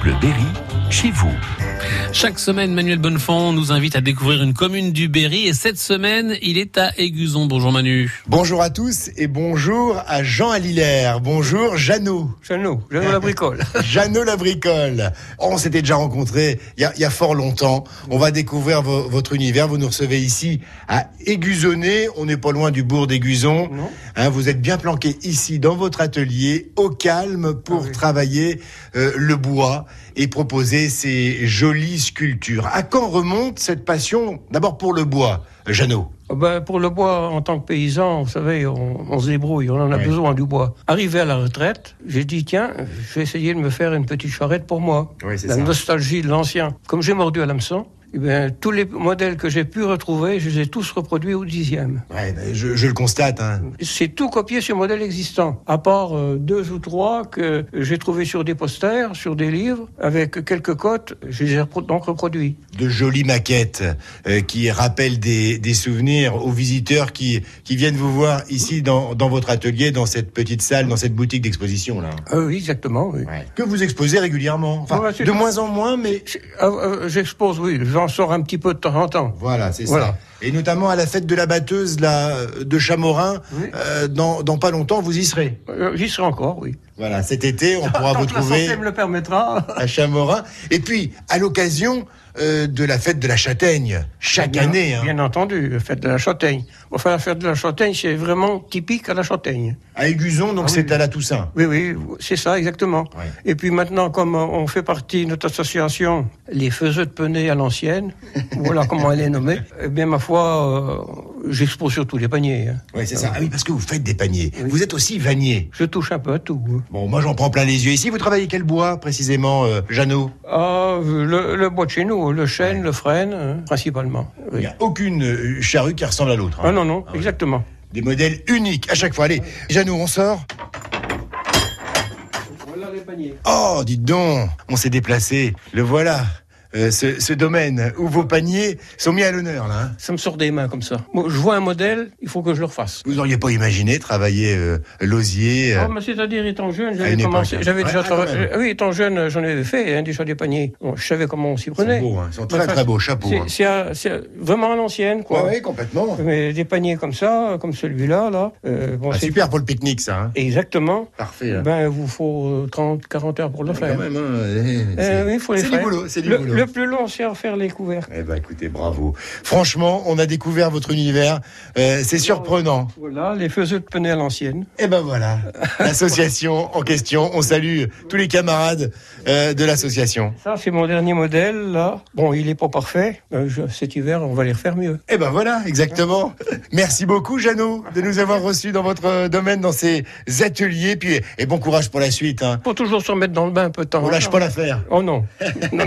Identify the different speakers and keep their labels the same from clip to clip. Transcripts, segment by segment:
Speaker 1: Bleu Berry, chez vous.
Speaker 2: Chaque semaine, Manuel Bonnefond nous invite à découvrir une commune du Berry et cette semaine, il est à Aiguzon. Bonjour Manu.
Speaker 3: Bonjour à tous et bonjour à Jean Alilaire. Bonjour Jeannot.
Speaker 4: Jeannot, Jeannot la bricole.
Speaker 3: Jeannot Labricole. On s'était déjà rencontrés il y, a, il y a fort longtemps. On va découvrir vo- votre univers. Vous nous recevez ici à Aiguzonnet. On n'est pas loin du bourg d'Aiguzon.
Speaker 4: Non.
Speaker 3: Hein, vous êtes bien planqué ici dans votre atelier, au calme, pour
Speaker 4: Ah oui.
Speaker 3: travailler euh, le bois et proposer ces jolies sculptures. À quand remonte cette passion D'abord pour le bois, euh, Jeannot.
Speaker 4: Ah ben, pour le bois, en tant que paysan, vous savez, on, on se débrouille, on en a
Speaker 3: Oui.
Speaker 4: besoin du bois. Arrivé à la retraite, j'ai dit, tiens, je vais essayer de me faire une petite charrette pour moi.
Speaker 3: Oui, c'est
Speaker 4: la
Speaker 3: ça.
Speaker 4: nostalgie de l'ancien. Comme j'ai mordu à l'hameçon, eh ben, tous les modèles que j'ai pu retrouver, je les ai tous reproduits au dixième.
Speaker 3: Ouais, ben, je, je le constate. hein.
Speaker 4: C'est tout copié sur modèle existant, à part euh, deux ou trois que j'ai trouvés sur des posters, sur des livres, avec quelques cotes, je les ai repro- donc reproduits.
Speaker 3: de jolies maquettes euh, qui rappellent des, des souvenirs aux visiteurs qui, qui viennent vous voir ici dans, dans votre atelier, dans cette petite salle, dans cette boutique d'exposition là.
Speaker 4: Ah oui, exactement, oui.
Speaker 3: Que vous exposez régulièrement, Enfin,
Speaker 4: Ouais, ouais, c'est-
Speaker 3: de moins en moins, mais
Speaker 4: Je- ah, euh, J'expose, oui, j'en sors un petit peu de temps en temps.
Speaker 3: voilà, c'est ça.
Speaker 4: Voilà.
Speaker 3: Et notamment à la fête de la batteuse là, euh, de Chamorin,
Speaker 4: Oui.
Speaker 3: euh, dans, dans pas longtemps, vous y serez.
Speaker 4: Euh, J'y serai encore, oui.
Speaker 3: Voilà, cet été, on pourra Ah,
Speaker 4: Tant
Speaker 3: vous
Speaker 4: que la
Speaker 3: trouver
Speaker 4: santé me le permettra.
Speaker 3: à Chamorin. Et puis, à l'occasion euh, de la fête de la châtaigne, chaque
Speaker 4: Bien-
Speaker 3: année. hein.
Speaker 4: Bien entendu, la fête de la châtaigne. Enfin, la fête de la châtaigne, c'est vraiment typique à la châtaigne.
Speaker 3: À Aiguzon, donc
Speaker 4: Ah oui.
Speaker 3: c'est à la Toussaint.
Speaker 4: Oui, oui, c'est ça, exactement.
Speaker 3: Ouais.
Speaker 4: Et puis maintenant, comme on fait partie de notre association, les faiseux de Penay à l'ancienne, voilà comment elle est nommée, eh bien, ma foi, euh, j'expose sur tous les paniers. hein.
Speaker 3: Oui, c'est ça. Ah oui, parce que vous faites des paniers. Vous êtes aussi vanier.
Speaker 4: Je touche un peu à tout. hein.
Speaker 3: Bon, moi j'en prends plein les yeux. Ici, vous travaillez quel bois précisément, euh, Jeannot
Speaker 4: Ah, le, le bois de chez nous, le chêne, le frêne, hein, principalement.
Speaker 3: Il
Speaker 4: oui.
Speaker 3: n'y a aucune euh, charrue qui ressemble à l'autre. hein.
Speaker 4: Ah non, non,
Speaker 3: Ah oui.
Speaker 4: exactement.
Speaker 3: Des modèles uniques à chaque fois. Allez, Jeannot, on sort
Speaker 4: Voilà les paniers.
Speaker 3: Oh, dites donc, on s'est déplacé. Le voilà, euh, ce, ce domaine où vos paniers sont mis à l'honneur, là. hein.
Speaker 4: Ça me sort des mains comme ça. Moi, je vois un modèle, il faut que je le refasse.
Speaker 3: Vous auriez pas imaginé travailler euh, l'osier euh,
Speaker 4: Ah, mais c'est-à-dire, étant
Speaker 3: à
Speaker 4: jeune,
Speaker 3: une
Speaker 4: j'avais
Speaker 3: époque,
Speaker 4: commencé.
Speaker 3: hein.
Speaker 4: J'avais
Speaker 3: Ouais,
Speaker 4: déjà
Speaker 3: ah, quand
Speaker 4: travaillé. Oui, étant jeune, j'en avais fait, hein, déjà des paniers. Bon, je savais comment on s'y
Speaker 3: Ils sont
Speaker 4: prenait.
Speaker 3: beaux, hein. Ils sont très
Speaker 4: Enfin,
Speaker 3: très beaux, chapeau.
Speaker 4: C'est-
Speaker 3: hein.
Speaker 4: C'est à- c'est à- vraiment à l'ancienne, quoi.
Speaker 3: Ouais, ouais, complètement.
Speaker 4: Mais des paniers comme ça, comme celui-là, là. euh, bon,
Speaker 3: Ah,
Speaker 4: c'est
Speaker 3: super pour le pique-nique, ça. hein.
Speaker 4: Exactement.
Speaker 3: Parfait. hein.
Speaker 4: Ben, il vous faut euh, 30, 40 heures pour le
Speaker 3: Quand
Speaker 4: faire.
Speaker 3: même, hein, euh,
Speaker 4: Euh,
Speaker 3: c'est-
Speaker 4: oui, il faut les
Speaker 3: c'est du
Speaker 4: faire.
Speaker 3: boulot, c'est du
Speaker 4: le,
Speaker 3: boulot.
Speaker 4: le plus long, c'est refaire les couvercles.
Speaker 3: Eh ben écoutez, bravo. Franchement, on a découvert votre univers. Euh, c'est surprenant.
Speaker 4: Voilà, les faiseux de penay à l'ancienne.
Speaker 3: Eh ben voilà, l'association en question. On salue tous les camarades euh, de l'association.
Speaker 4: Ça, c'est mon dernier modèle, là. Bon, il est pas parfait. Euh, je- cet hiver, on va les refaire mieux.
Speaker 3: Eh ben voilà, exactement. Merci beaucoup, Jeannot, de nous avoir reçus dans votre euh, domaine, dans ces ateliers. Puis, et bon courage pour la suite. Hein.
Speaker 4: Pour toujours se remettre dans le bain un peu de temps.
Speaker 3: On
Speaker 4: en
Speaker 3: lâche
Speaker 4: temps.
Speaker 3: pas l'affaire.
Speaker 4: Oh non, non,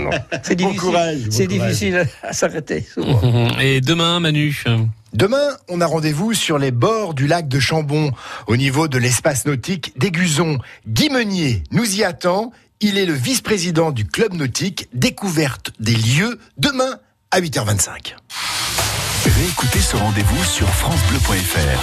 Speaker 4: non. C'est
Speaker 3: Bon
Speaker 4: difficile.
Speaker 3: courage, bon
Speaker 4: C'est
Speaker 3: courage.
Speaker 4: difficile à, à s'arrêter. souvent.
Speaker 2: Et demain, Manu.
Speaker 3: Demain, on a rendez-vous sur les bords du lac de Chambon, au niveau de l'espace nautique d'Aiguzon. Guy Meunier nous y attend. Il est le vice-président du club nautique Découverte des lieux demain à 8h25.
Speaker 1: Réécoutez ce rendez-vous sur FranceBleu.fr.